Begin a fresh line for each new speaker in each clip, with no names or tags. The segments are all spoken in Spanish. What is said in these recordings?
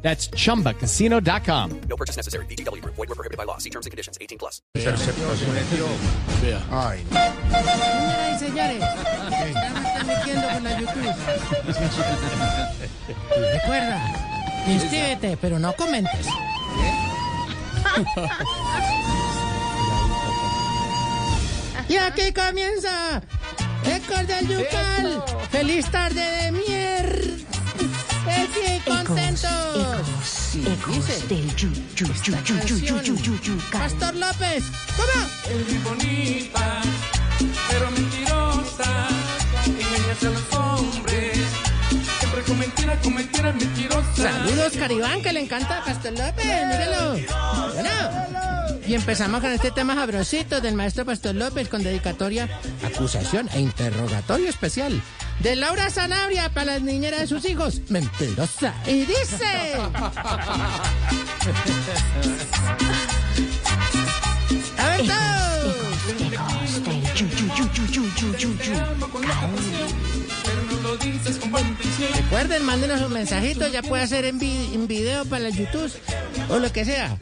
That's chumbacasino.com.
No purchase necessary. BGW. Void were prohibited by law. See terms and conditions. 18 plus.
Ay,
Señoras y señores, estamos transmitiendo por la YouTube. Recuerda, inscríbete, pero no comentes. Y aquí comienza Récord del Yucal. ¡Feliz tarde de mier! ¡Estoy contento! Dice.
Ecos del yu, yu, yu, yu, yu, yu, yu, yu, yu, cal.
Pastor López, ¿cómo?
Es muy bonita, pero mentirosa. Engaña a los hombres. Siempre con mentiras, con mentiras mentirosas.
Saludos, Caribán, que le encanta a Pastor López, míralo. Bueno, y empezamos con este tema sabrosito del maestro Pastor López con dedicatoria, acusación e interrogatorio especial de Laura Sanabria para las niñeras de sus hijos. Mentirosa. Y dice... A ver, todos.
Ecos del yu, yu, yu, yu, yu, yu, yu, yu, cal.
Pero no lo dices con intención.
Recuerden, mándenos un mensajito, ya puede ser en, vi- en video para la YouTube o lo que sea.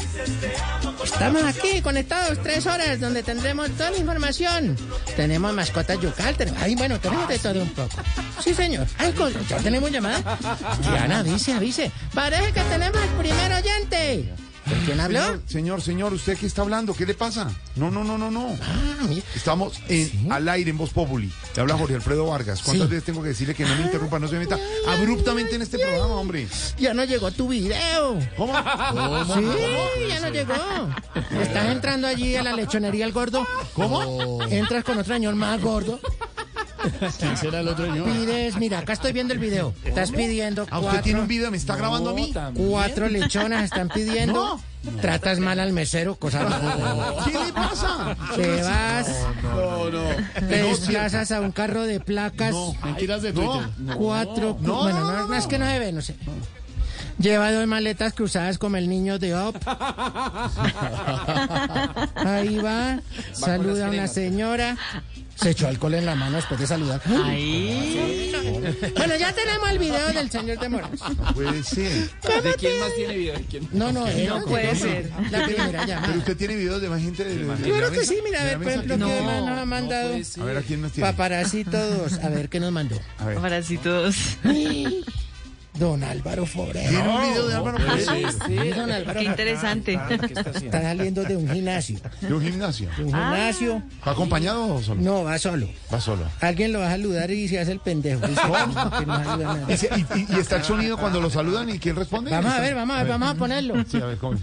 Estamos aquí conectados tres horas donde tendremos toda la información. Tenemos mascotas yucal, tenemos, ay bueno, tenemos de todo un poco. Sí, señor. Ay, con- ya tenemos llamada. Diana, avise, avise. Parece que tenemos el primer oyente. ¿Con quién habló?
señor, señor, ¿usted qué está hablando? ¿Qué le pasa? No, no, no, no, no.
Ah, mira.
Estamos en- al aire en Voz Populi. Te habla Jorge Alfredo Vargas. ¿Cuántas
Sí.
veces tengo que decirle que no me interrumpa, no se meta abruptamente en este programa, hombre?
Ya no llegó tu video.
¿Cómo?
Sí, ya no llegó. Estás entrando allí a la lechonería el gordo. ¿Cómo? Entras con otro señor más gordo.
Oh. ¿Quién será el otro señor? Ah,
Pides, mira, acá estoy viendo el video. Estás pidiendo
¿A usted tiene
cuatro,
un video? ¿Me está grabando a mí?
cuatro lechonas, están pidiendo. Tratas mal al mesero, cosa no.
¿Qué le pasa?
Te vas,
No, no.
te desplazas a un carro de placas.
Mentiras de Twitter.
Cuatro. cu- bueno, no, no, es que no se ve, no sé. Lleva dos maletas cruzadas como el niño de Op. Ahí va, saluda a una señora. Se echó alcohol en la mano después de saludar. Bueno, ya tenemos el video del señor de Moras.
No puede ser.
¿De quién más tiene video? ¿De quién?
No, no, no puede ser. La primera
Pero
llamada.
usted tiene videos de más gente de, de- de
Claro
la
que
mesa?
sí, mira, a
¿De
ver,
la
por
mesa?
ejemplo, ¿qué más nos ha
No
mandado?
puede ser.
A ver, ¿a quién nos tiene?
Paparazzi todos. A ver, ¿qué nos mandó?
A ver.
Parásitos.
Don Álvaro Forero.
¿Tiene un video de Álvaro Forero?
Don Álvaro
Qué interesante.
está saliendo de un gimnasio.
¿De un gimnasio?
De un gimnasio.
¿Va acompañado o solo?
No, va solo.
Va solo.
Alguien lo va a saludar y se hace el pendejo. Dice, "No, que no saluda a
¿Y,
nadie".
se- y- y- y está el sonido cuando lo saludan y quién responde?
Vamos a ver, vamos a ver, vamos a ponerlo.
Sí, a ver, ¿cómo? es?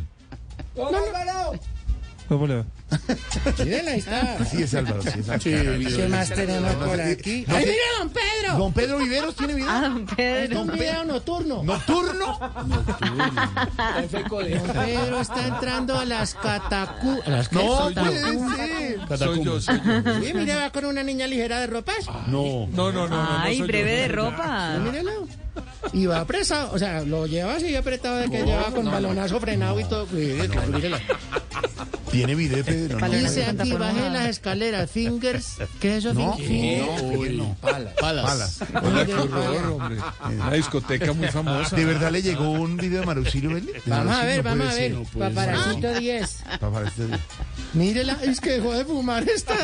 Mírenla, ahí está.
Sí, es Álvaro, sí, es Álvaro.
¿Qué más tenemos por aquí? ¡Ay, mira, don Pedro!
Don Pedro Viveros tiene video.
Ah, don Pedro.
un video nocturno.
¿Nocturno?
Don Pedro está entrando a las catacumbas.
No, puede ser.
Soy yo, soy yo.
Sí, mira, va con una niña ligera de ropas.
No.
No, no, no, no. no
Ay,
soy
breve
yo.
de ropa.
Míralo. Y va apresado, o sea, lo lleva así apretado de que lleva con balonazo frenado y todo. Mírelo, mírelo.
Tiene video, Pedro. No,
Dice
no,
aquí,
no, no.
bajé las escaleras, fingers. ¿Qué es eso,
no,
fingers?
no. Palas.
Palas.
Hola, qué horror, hombre. Una discoteca muy famosa.
¿De verdad le llegó un video de Marucilio Vélez? De
Vamos a
Marucilio,
ver,
no
vamos a
puede
ver.
ser. Ah.
Paparacito 10.
Pa- para este-
Mírela, es que dejó de fumar esta.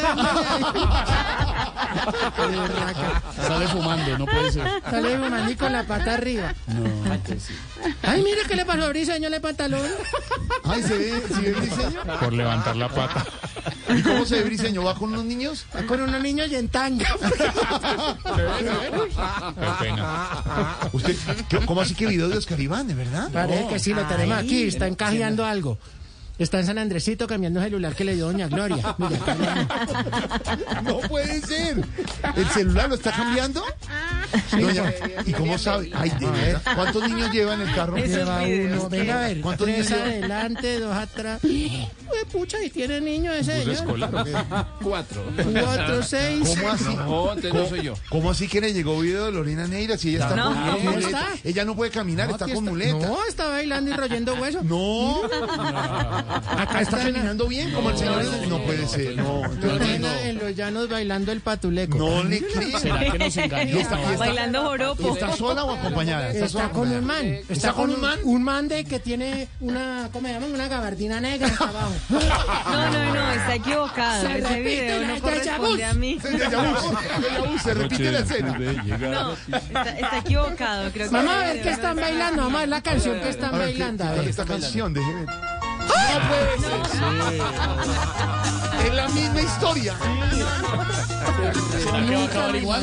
Sale fumando, no puede ser.
Sale fumando y con la pata arriba. No. Ay, mira qué le pasó a Briseño el pantalón.
Ay, ¿se ve, ¿se ve Briseño?
Por levantar la pata.
¿Y cómo se ve Briseño? ¿Va con unos niños?
Va Con unos niños y en tanga.
Qué pena.
¿Usted, qué- ¿Cómo así que video de Oscar Iván, de verdad?
Parece que sí, lo tenemos aquí. Está encajeando algo. Está en San Andresito cambiando el celular que le dio Doña Gloria. Mira.
No puede ser. ¿El celular lo está cambiando? Doña, ¿Y cómo sabe? Ay, de verdad. ¿Cuántos niños llevan el carro?
Esos
Lleva
videos
uno.
que-
Venga, a ver,
¿Cuántos
tres
niños lleva?
adelante, dos atrás. Uy, pucha, y tiene niño ese señor.
Claro que-
Cuatro.
Cuatro, seis.
¿Cómo así?
No, entonces no soy yo.
¿Cómo así que le llegó video de Lorena Neira si ella está
No.
con
No,
¿cómo
muleta?
está?
Ella no puede caminar, está
Aquí
con muleta.
No, está bailando y royendo huesos.
No. Acá está caminando bien como el señor. No, puede ser. No, entonces
Lorena
no.
en los llanos bailando el patuleco.
No le creo.
¿Será que nos engañó?
Bailando
¿Y
joropo.
¿Está sola o acompañada?
Está,
sola o
con un
acompañada?
man. Está,
con un man?
Un man de que tiene una, ¿cómo se llama? Una gabardina negra hasta abajo.
No, no, no, está equivocado.
Se
Ese
repite
video
la
no
de
corresponde
Yabús.
a mí.
Se- déjà vu, déjà vu, se repite la escena.
No, está, está equivocado. Creo que
Vamos a
ese
ver
video
qué
no
están
está-
bailando. Vamos a ver la canción que están
A ver, ¿qué-
bailando. ¡Ah! A
cuál es
ver.
esta canción? Deje ver. Es la misma historia.
¿Será que va a acabar igual?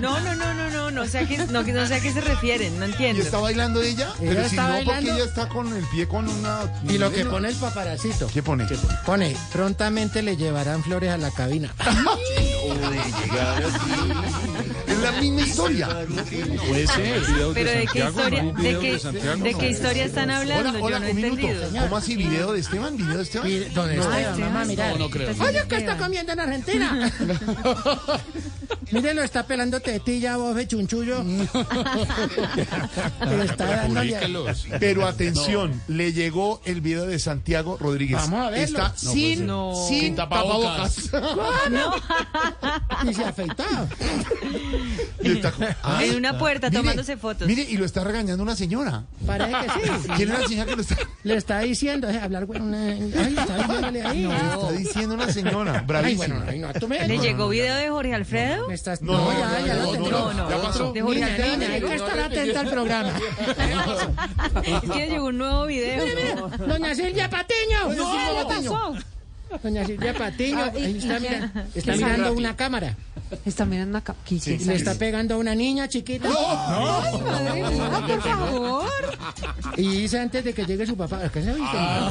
No.
No, no, no, no, no, no sé a qué, no, no sé a qué se refieren, no
¿Y
entiendo.
está bailando ella? Pero si
está
no, porque
bailando.
ella está con el pie con una...
Y lo que
muleta.
pone el paparacito.
¿Qué pone?
Pone, prontamente le llevarán flores a la cabina.
Es la misma historia.
Puede ser.
Pero de qué
Santiago,
historia,
¿no? Un
de
video
qué,
de Santiago,
de
¿no?
qué historia están hablando,
Hola, hola,
yo no he
un minuto.
entendido.
¿Cómo así? ¿Video de Esteban? ¿Video de Esteban?
Y donde está,
Esteban.
mamá, mira.
No, no creo.
Oye, ¿qué está comiendo en Argentina? Mírenlo, está pelando tetilla, bofe, chunchullo. está dándole...
Pero atención, le llegó el video de Santiago Rodríguez.
Vamos a verlo.
Está
No, pues
sin,
no.
sin,
Sin tapabocas.
tapabocas.
Y se ha afeitado.
Y está con- Ah,
En una puerta
mire,
tomándose fotos.
Mire, y lo está regañando una señora.
Parece que sí.
¿Quién es la señora que lo está,
Le está diciendo, eh, hablar güey, una... Ay, está diciéndole ahí.
está diciendo una señora?
Ah. Ay,
Bravísima.
bueno, ay, no, tú me...
¿Le llegó video de Jorge Alfredo?
Me estás...
No,
No, ya, ya lo
no,
tengo.
No, no,
Ya pasó.
de Jorge
Niña, niña, hay
Alfredo.
que estar atenta al programa.
Es que llegó un nuevo video.
Doña Silvia Patiño.
¿Qué pasó?
Doña Silvia Patiño.
Ah,
ahí está, mira- está mirando una cámara.
Está mirando acá. ¿Qué
Y le está pegando a una niña chiquita.
Ay, madre mía, por favor.
Ah,
Y dice antes de que llegue su papá. ¿Qué se viste?
Ah.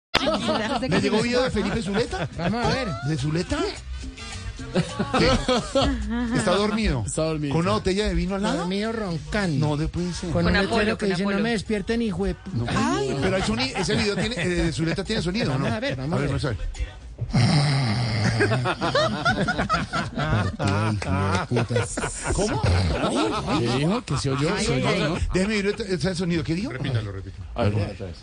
¿Le llegó video de Felipe Zuleta?
Vamos a ver.
¿De Zuleta? ¿Qué? ¿Está dormido?
Está dormido.
¿Con una botella de vino al
¿Ah?
lado?
Dormido roncando.
No, después ser.
Con,
Con
un
Apolo,
letrero que
con
dice, no
Apolo.
me despierten, hijo de... Ah, p-".
Pero hay sonido, ese video tiene, eh, de Zuleta tiene sonido, ¿no?
Vamos a ver, vamos a ver.
vamos
¿Cómo? ¿Qué dijo? ¿Que se oyó? Se oyó, ¿no?
Déjeme oír este- ese sonido. ¿Qué dijo? Repítalo, repítalo.
A ver, otra vez.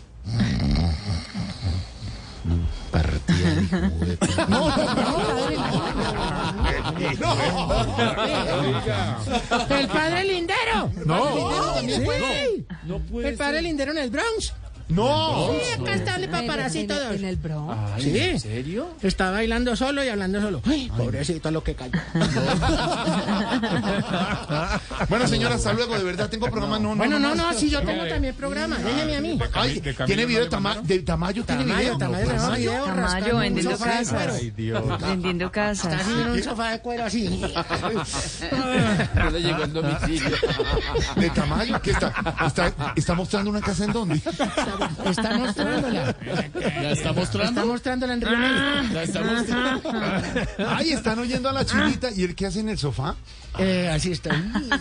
¡El padre Lindero!
No,
Sí. el padre Lindero en el Bronx.
no.
Sí, acá está el paparacito.
En el bro.
Sí. ¿En serio? Está bailando solo y hablando solo. Ay, pobrecito lo que cayó.
Bueno, señora, hasta luego. De verdad, tengo programa. No, no,
Bueno, no, no,
más.
sí, yo tengo también programa. Déjeme a mí.
Ay,
De Camilo
¿Tiene video
no
de,
le
Tama-
mandaron?
de Tamayo? ¿Tiene
Tamayo,
video? No,
Tamayo, tenemos
pues,
video
Tamayo
rascando un
vendiendo
sofá de
casas.
cuero.
Vendiendo
Está
casas.
haciendo un sofá de cuero así.
No le llegó el domicilio.
¿De Tamayo? ¿Qué está, está, está mostrando una casa en dónde?
Está mostrándola.
¿La está
Ah.
Está
mostrando?
mostrándola en Río
¿La está mostrando?
Ay, están oyendo a la chinita. ¿Y el qué hace en el sofá?
Eh, así está.
Ah.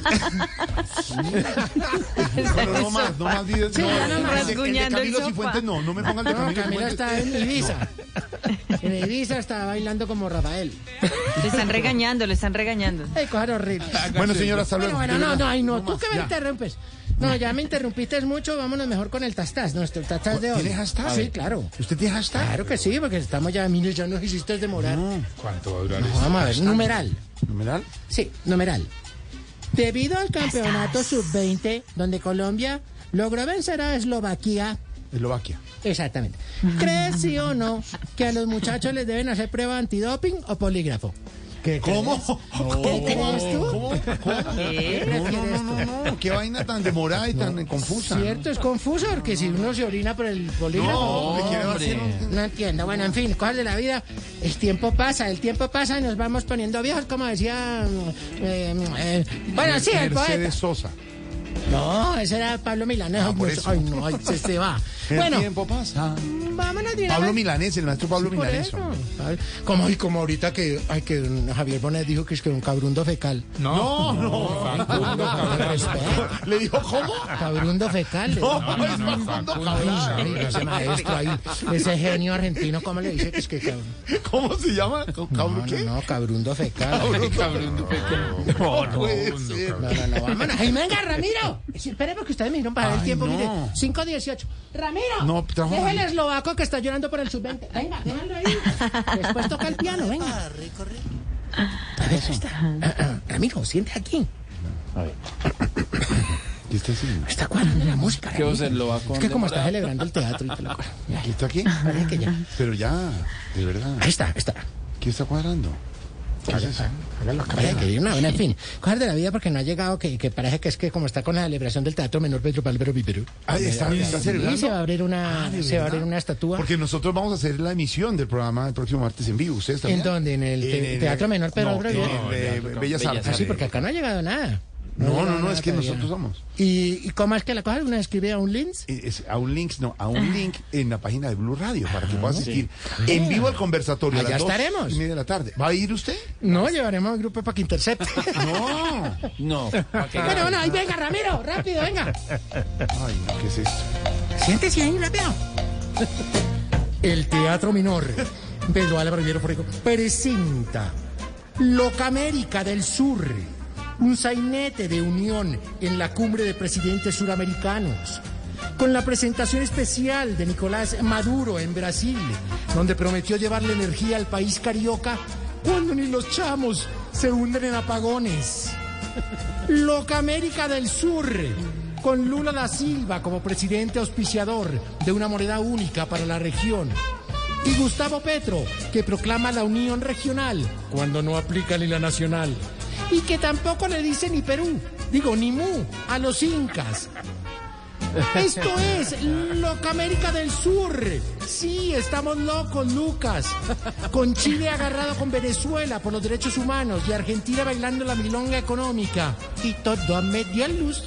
Bueno, no más, no más videos. no,
ya no más.
el de- el de
Rasguñando el
Camilo
sofá.
Cifuentes no, no me pongan el de
No,
Camilo
Camila
Cifuentes.
está en Ibiza. En Ibiza está bailando como Rafael.
Le están regañando, le están regañando.
Ay, cosas horribles.
Bueno, señora, hasta
Bueno,
luego.
bueno,
De
no,
verdad.
no, ay, no, tú
más,
que me
ya.
interrumpes. No, ya me interrumpiste mucho, vámonos mejor con el tastaz, nuestro tastaz de hoy.
¿Tiene hashtag?
Sí, claro.
¿Usted tiene hashtag?
Claro que sí, porque estamos ya, mire, ya nos hiciste demorar.
¿Cuánto va a durar eso?
Vamos a ver, numeral.
¿Numeral?
Sí, numeral. Debido al campeonato sub-20, donde Colombia logró vencer a Eslovaquía,
Eslovaquia.
exactamente. ¿Crees sí o no que a los muchachos les deben hacer prueba antidoping o polígrafo?
¿Qué,
¿Cómo? ¿Cómo?
crees tú?
Oh, ¿Cómo? ¿Cómo?
¿Qué
No, no,
prefieres
no, no, no. Qué vaina tan demorada y tan confusa.
Cierto, es confuso porque si uno se orina por el bolígrafo.
No, hombre, quiere
hombre.
hacer
No entiendo. Bueno, en fin, cosas de la vida. El tiempo pasa, el tiempo pasa y nos vamos poniendo viejos, como decía. mm, eh, mm, eh, bueno, sí, el poeta.
Mercedes Sosa.
No, ese era Pablo Milanés.
Ah, por
Ay,
eso.
no, ay, se, se va.
El
Bueno,
tiempo pasa.
vámonos de una
Pablo
vez.
Milanés, el maestro Pablo
Por
Milanés.
eso. Ay, Como, y como ahorita que, ay, que Javier Bonet dijo que es que un cabrundo fecal.
No, no. Le dijo, ¿cómo?
Cabrundo fecal.
No, es Facundo Cabral.
Ay, ese maestro ahí, ese genio argentino, ¿cómo le dice que es que cabrón?
¿Cómo se llama? ¿Cabro
No,
qué?
no, no, cabrundo fecal.
No puede ser.
No, no, no, vámonos. ¡Ay, venga, Ramiro! Esperemos que ustedes me dijeron para el tiempo,
no.
mire. 5.18. ¡Ramiro!
No, trajo-
Deja el eslovaco que está llorando por el sub-20. Venga, déjalo ahí. Después toca el piano, venga. Ah, rico, rico. A ver, ahí está. Ah, ah, Ramiro, siente aquí.
¿Qué está haciendo?
Está cuadrando la música.
¿Qué
Ramiro.
os eslovaco?
Es que como está celebrando el teatro y todo lo cual. Ya,
¿Qué está aquí?
parece Ah, que ya.
Pero ya, de verdad.
Ahí está, ahí está.
¿Qué está cuadrando? ¿Qué es eso?
Hágalo, cabrón, que hay una buena, en fin, cosas de la vida porque no ha llegado, que, que parece que es que como está con la celebración del Teatro Menor Pedro Palmero Vipero.
Ahí está, está
Y se va a
celebrando.
abrir una,
Ah, ¿de
se va a
verdad?
abrir una estatua.
Porque nosotros vamos a hacer la emisión del programa el próximo martes en vivo. ¿Ustedes también?
¿En dónde? ¿En el te- Teatro Menor Pedro
no,
Álvaro
en,
Vivero?
eh, Bellas Artes.
Ah, sí, porque acá no ha llegado nada. ha
No,
llegado
no, no,
nada
es que
todavía.
nosotros somos.
¿Y, y cómo es que la cosa? ¿Una escribe a un links?
Eh, es a un link, no, a
Ah.
un link en la página de Blue Radio para que pueda asistir en vivo al conversatorio. a
Ah. Allá
las dos
estaremos.
Y media de la tarde. ¿Va a ir usted?
No, llevaremos al grupo para que intercepte.
No.
No.
bueno, bueno, ahí venga, Ramiro, rápido, venga.
Ay, no, ¿qué es esto?
Siéntese ahí, rápido. El Teatro Minor, Pedro Álvaro Vivero Forero, presenta Loca América del Sur, un sainete de unión en la cumbre de presidentes suramericanos. Con la presentación especial de Nicolás Maduro en Brasil, donde prometió llevarle energía al país carioca cuando ni los chamos se hunden en apagones. Loca América del Sur, con Lula da Silva como presidente auspiciador de una moneda única para la región. Y Gustavo Petro, que proclama la unión regional cuando no aplica ni la nacional. Y que tampoco le dice ni Perú, digo ni Mu, a los incas. Esto es Loca América del Sur. Sí, estamos locos, Lucas. Con Chile agarrado con Venezuela por los derechos humanos y Argentina bailando la milonga económica. Y todo a media luz.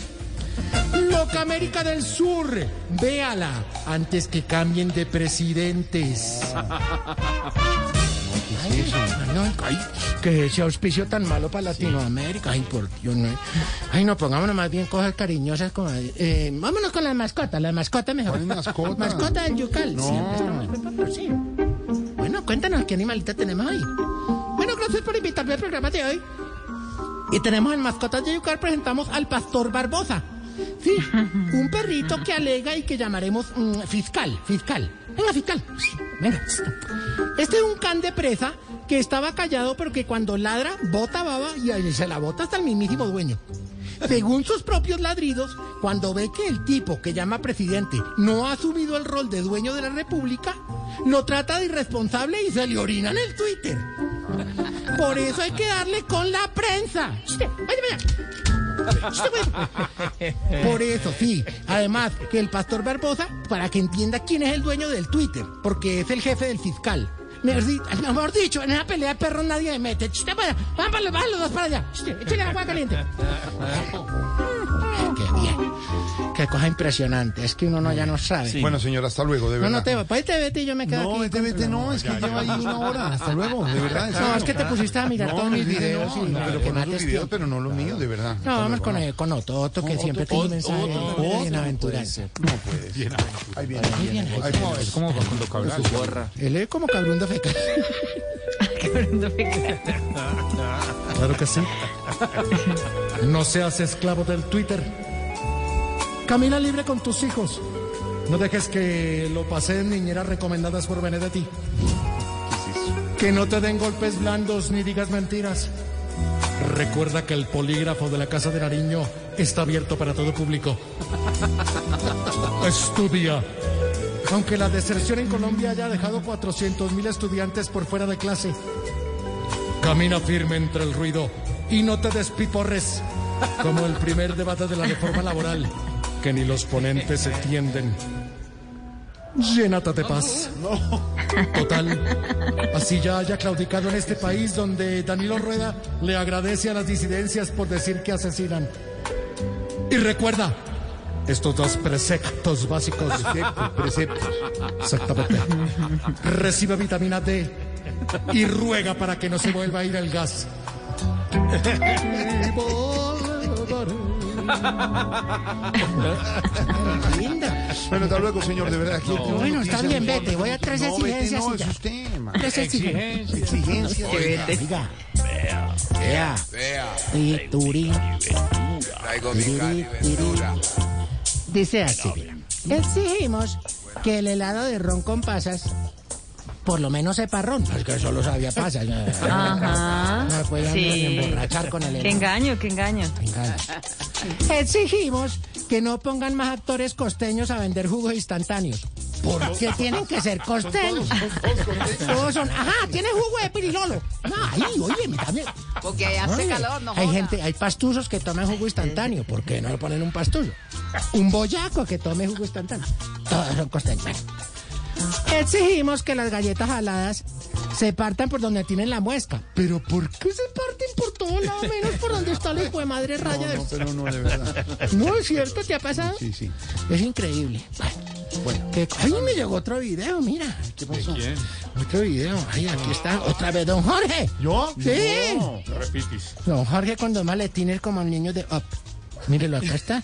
Loca América del Sur, véala antes que cambien de presidentes. Ay, no, ay, que ese auspicio tan malo para Latinoamérica. Ay, por Dios, no. Ay, no, pongámonos más bien cosas cariñosas. Como, eh, vámonos con las mascotas, las mascotas mejor.
¿Cuál es mascota?
Mascota del Yucal.
No.
Siempre estamos preparados, sí. Bueno, cuéntanos qué animalita tenemos hoy. Bueno, gracias por invitarme al programa de hoy. Y tenemos en Mascotas de Yucar, presentamos al Pastor Barbosa. Sí, un perrito que alega y que llamaremos mm, fiscal, fiscal. Venga, fiscal. Venga. Este es un can de presa que estaba callado porque cuando ladra, bota baba y ahí se la bota hasta el mismísimo dueño. Según sus propios ladridos, cuando ve que el tipo que llama presidente no ha asumido el rol de dueño de la república, lo trata de irresponsable y se le orina en el Twitter. Por eso hay que darle con la prensa. Este, Usted, vaya, vaya. Usted, vaya. Este Por eso, sí. Además, que el pastor Barbosa, para que entienda quién es el dueño del Twitter, porque es el jefe del fiscal. Mejor di- mejor dicho, en esa pelea de perros nadie me mete. Usted, vaya. Van para, van los dos para allá. Usted, échale agua caliente. Qué bien. Qué cosa impresionante. Es que uno no, ya no sabe.
Bueno, señor, hasta luego, de
No,
verdad.
no te va. Vete, vete y yo me quedo
No,
aquí.
vete, vete, no, es que lleva ahí una hora. Hasta luego, de verdad. en
No,
serio.
es que te pusiste a mirar
No,
todos mis
sí,
videos.
No,
y
no,
no,
pero
que
con
mates
otros videos,
tiempo.
pero no los míos, de verdad.
No,
Hasta
vamos
luego.
con, eh, con Ototo, que siempre tiene mensajes bien aventuras.
No puede ser. Ahí viene. Ahí viene. Ahí viene.
¿Cómo va cuando Cabral?
Él es como cabrón de fecal. Claro que sí. No seas esclavo del Twitter. Camina libre con tus hijos. No dejes que lo paseen niñeras recomendadas por Benedetti. Que no te den golpes blandos ni digas mentiras. Recuerda que el polígrafo de la Casa de Nariño está abierto para todo público. Estudia. Aunque la deserción en Colombia haya dejado 400.000 estudiantes por fuera de clase.
Camina firme entre el ruido y no te despiporres, como el primer debate de la reforma laboral, que ni los ponentes entienden. Llénate de paz. Total, así ya haya claudicado en este país donde Danilo Rueda le agradece a las disidencias por decir que asesinan. Y recuerda, estos dos preceptos básicos. Preceptos. Exactamente. Recibe vitamina D y ruega para que no se vuelva a ir el gas. Y
Bueno, hasta luego, señor, de verdad. aquí-
Bueno, está bien, vete. Voy a tres
No, vete,
exigencias.
No,
y ya.
es usted, man.
Tres exigencias.
Exigencias.
Oiga, oiga.
Vea.
Vea.
Turi, turi,
Traigo mi carne
tiri, tiri. Dice así, mira. Exigimos que el helado de ron con pasas por lo menos sepa ron. Es que solo sabía pasas. No,
Ajá.
No me podía
Sí.
ni emborrachar con el
Qué
helado.
engaño, qué engaño.
Exigimos que no pongan más actores costeños a vender jugos instantáneos. Porque tienen que ser costeños. Todos son, ajá, tiene jugo de pirilolo. No, ahí, óyeme, también.
Porque ahí hace
Oye,
calor, no
Hay
joda.
gente, hay pastuzos que toman jugo instantáneo. ¿Por qué no le ponen un pastuso? Un boyaco que tome jugo instantáneo. Todos son costeños. Bueno. Exigimos que las galletas jaladas se partan por donde tienen la muesca. ¿Pero por qué se parten por todos lados, menos por donde está la hijo de madre raya del-
No, pero no, de verdad.
no, es cierto, ¿te ha pasado?
Sí, sí.
Es increíble. Bueno, que, ay, me llegó otro video, mira. ¿Qué pasó? Otro video. Ay, aquí está. Otra vez, don Jorge. ¿Yo? Sí.
Repitis.
Don Jorge con dos maletines como el niño de Up. Mírelo, acá está.